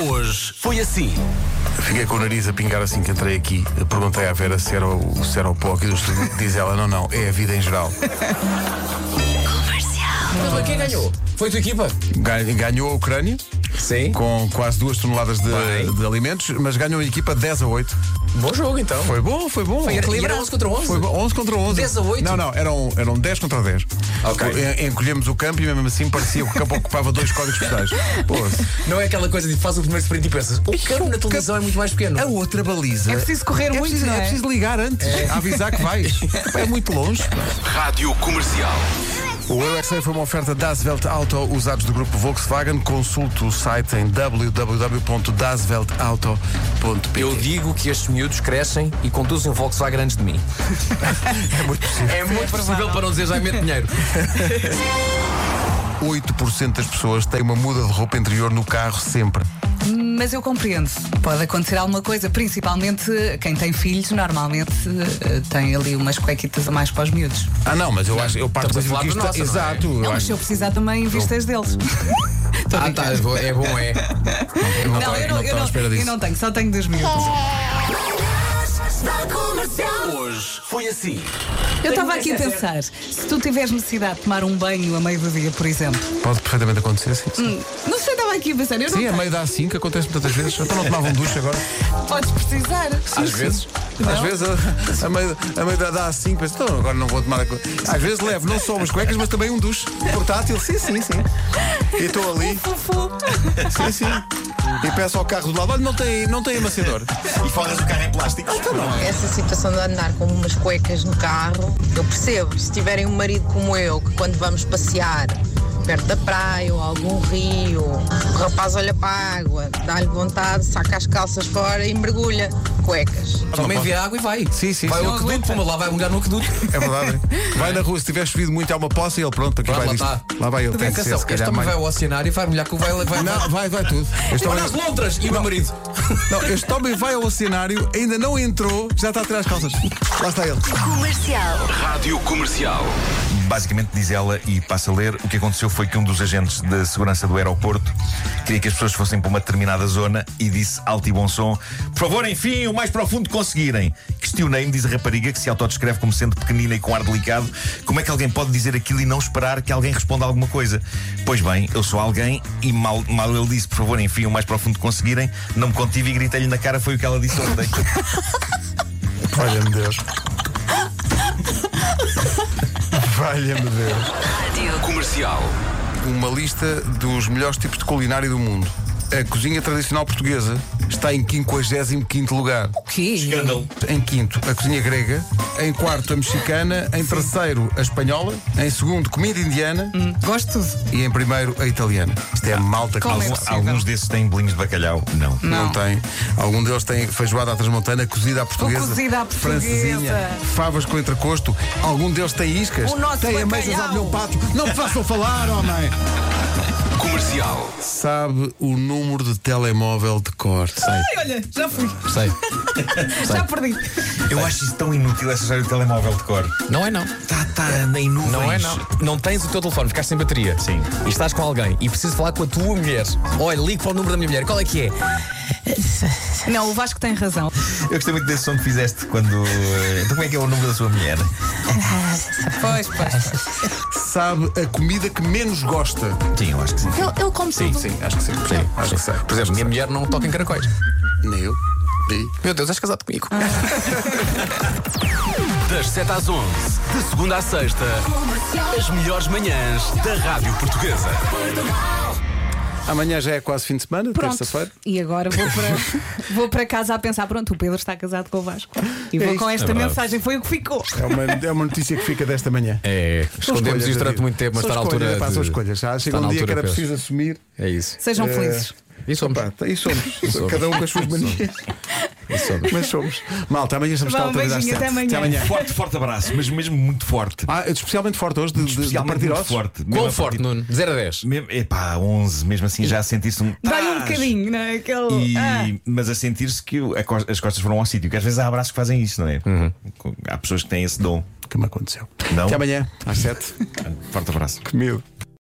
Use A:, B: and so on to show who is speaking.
A: hoje foi assim.
B: Fiquei com o nariz a pingar assim que entrei aqui. Perguntei à Vera se era o, se era o pó aqui do estúdio. Diz ela, não, não, é a vida em geral.
C: Então, quem ganhou? Foi a tua equipa?
B: Gan- Ganhou a Ucrânia
C: Sim.
B: com quase duas toneladas de,
C: Bem.
B: de alimentos, mas ganhou a equipa 10 a 8.
C: Bom jogo, então.
B: Foi bom, foi bom.
C: Foi equilibrado.
B: E era
C: 11 contra 11?
B: Foi bom, 11 contra 11.
C: 10 a 8?
B: Não, não, eram, eram 10 contra 10.
C: Ok.
B: En- Encolhemos o campo e mesmo assim parecia que o campo ocupava dois códigos postais. Pô,
C: Não é aquela coisa de faz o primeiro sprint e pensas, o campo na televisão é muito mais pequeno.
B: a outra baliza.
D: É preciso correr
B: é
D: muito,
B: preciso,
D: não
B: é
D: é?
B: preciso ligar antes, a avisar que vais. É muito longe.
A: Rádio Comercial.
B: O Eurexei foi uma oferta Dasvelt Auto, usados do grupo Volkswagen. Consulte o site em www.dasveltauto.pt.
C: Eu digo que estes miúdos crescem e conduzem um Volkswagen antes de mim.
B: É muito possível.
C: É muito possível para não dizer já mete dinheiro.
B: 8% das pessoas têm uma muda de roupa interior no carro sempre.
D: Mas eu compreendo. Pode acontecer alguma coisa, principalmente quem tem filhos, normalmente eh, tem ali umas cuequitas a mais para os miúdos.
B: Ah, não, mas eu acho eu parto
C: estamos a
B: do
C: falar
B: princípio
C: da
B: que
C: nossa, não é?
B: Exato. eu
D: Não, mas
B: acho-
D: se eu precisar também vistas deles. Estou a
C: Ah,
D: brincar.
C: tá, é bom, é. tá.
B: não,
D: Não,
B: estava-
D: eu não, eu
B: estava à espera
D: não- eu
B: disso.
D: não tenho, só tenho dois miúdos.
A: Hoje foi assim.
D: Eu estava aqui a pensar, se tu tiveres necessidade de tomar um banho a meio do dia, por exemplo,
B: Pode perfeitamente acontecer, sim. Sim,
D: não sei, estava aqui a pensar, eu não
B: Sim, a
D: tenho.
B: meio da A5 acontece muitas vezes. Então não tomavam ducha agora?
D: podes precisar.
B: Às vezes. Às
D: Não?
B: vezes, a, a meio, a meio da, da A5, penso, então agora não vou tomar a co-". Às vezes levo não só umas cuecas, mas também um duche portátil. Sim, sim, sim. E estou ali,
D: Fufu.
B: sim, sim. E peço ao carro do lado, olha, não tem, não tem amaciador. Ah, tá
A: E falas o carro em plástico.
E: Essa situação de andar com umas cuecas no carro, eu percebo. Se tiverem um marido como eu, que quando vamos passear perto da praia ou algum rio, o rapaz olha para a água, dá-lhe vontade, saca as calças fora e mergulha. Cuecas.
C: Só meio de água e vai.
B: Sim, sim,
C: Vai
B: sim.
C: ao aqueduto, puma lá, vai mulher no aqueduto.
B: É verdade. Vai na rua, se tiver chovido muito, há uma poça e ele pronto, aqui
C: Vai,
B: vai
C: lá
B: disto.
C: tá.
B: Lá vai ele,
C: Tem
B: tem que ser,
C: atenção,
B: se
C: este
B: calhar.
C: também vai
B: mais.
C: ao oceanário e vai molhar com o vai, vai,
B: Não,
C: vai.
B: vai, vai tudo. Este
C: Olha
B: homem-
C: as lontras e o meu marido.
B: Não, este homem vai ao cenário, ainda não entrou, já está a tirar as calças. Lá está ele.
A: Rádio Comercial.
F: Basicamente, diz ela, e passa a ler, o que aconteceu foi que um dos agentes de segurança do aeroporto queria que as pessoas fossem para uma determinada zona e disse alto e bom som: Por favor, enfim, o mais profundo que conseguirem. Questionei-me, diz a rapariga, que se autodescreve como sendo pequenina e com ar delicado, como é que alguém pode dizer aquilo e não esperar que alguém responda alguma coisa? Pois bem, eu sou alguém e mal, mal ele disse, por favor, enfim, o mais profundo que conseguirem, não me contive e gritei-lhe na cara, foi o que ela disse ontem.
B: Valha-me Deus. Valha-me Deus.
A: Comercial.
B: Uma lista dos melhores tipos de culinária do mundo. A cozinha tradicional portuguesa está em 55 lugar.
D: O quê?
F: Escândalo.
B: Em quinto, a cozinha grega. Em quarto, a mexicana. Em terceiro, a espanhola. Em segundo, comida indiana.
D: Hum, Gosto de tudo.
B: E em primeiro, a italiana. Isto é a malta que
D: Como é
B: não-
D: possível?
F: Alguns desses têm bolinhos de bacalhau? Não.
B: Não.
D: Não.
B: tem. Algum deles tem feijoada à transmontana, cozida à portuguesa.
D: cozida à portuguesa.
B: Francesinha, favas com entrecosto. Algum deles tem iscas.
D: O nosso
B: tem ameixas ao
D: bacalhau.
B: meu pato. Não me façam falar, homem.
A: Comercial.
B: Sabe o número de telemóvel de cor. Sei,
D: Ai, olha, já fui,
B: sei.
D: já perdi.
F: Eu acho isso tão inútil essa história do telemóvel de cor.
C: Não é não.
F: Tá, tá, nem nuvens.
C: Não é não. Não tens o teu telefone, ficaste sem bateria.
F: Sim.
C: E estás com alguém e preciso falar com a tua mulher. Olha, ligo para o número da minha mulher. Qual é que é?
D: Não, o Vasco tem razão.
F: Eu gostei muito desse som que fizeste quando. eh, Então, como é que é o número da sua mulher?
D: Pois, pois.
B: Sabe a comida que menos gosta.
F: Sim, eu acho que sim.
D: Ele, ele come
F: Sim,
D: tudo.
F: sim.
B: Acho que sim. sim acho que sei.
C: Por exemplo, minha mulher não toca em caracóis.
B: Nem eu. Nem.
C: Meu Deus, és casado comigo.
A: Das 7 às 11, de segunda à sexta, as melhores manhãs da Rádio Portuguesa.
B: Amanhã já é quase fim de semana,
D: Pronto.
B: terça-feira.
D: E agora vou para, vou para casa a pensar: pronto, o Pedro está casado com o Vasco. E vou com esta mensagem, foi o que ficou.
B: É uma, é uma notícia que fica desta manhã.
C: É,
B: São
C: escondemos
B: escolhas
C: isto
B: da
C: durante
B: vida.
C: muito tempo, mas
B: São
C: está na altura.
B: escolhas, pá, São
C: de-
B: escolhas. Já
C: está
B: chega
C: na
B: um dia que
C: altura,
B: era
C: penso.
B: preciso assumir.
C: É isso.
D: Sejam felizes.
C: E somos.
B: Pá, e somos. Cada um com as suas manias.
C: somos.
B: Mas somos. Malta, amanhã estamos
D: Vá,
B: cá
D: um
B: outra vez às
D: beijinho,
B: sete.
D: até amanhã.
F: Forte, forte abraço, mas mesmo muito forte.
B: Ah, é especialmente forte hoje de, de, de
F: Especialmente
B: partir
F: muito
B: ossos.
F: forte. Mesmo
C: Quão
F: a
C: forte,
F: partir-
C: Nuno? 0 a 10.
F: Mesmo, epá, 11, mesmo assim já a sentir-se um.
D: Dá-lhe
B: Ah,
D: um
F: Tás!
D: bocadinho, não é? Aquele.
F: E-
D: Ah.
F: Mas a sentir-se que o- a cos- as costas foram ao sítio, que às vezes há abraços que fazem isso, não é? Há pessoas que têm esse dom.
B: Que me aconteceu.
F: Não?
B: Até amanhã, às sete.
F: Forte abraço.
B: Comigo.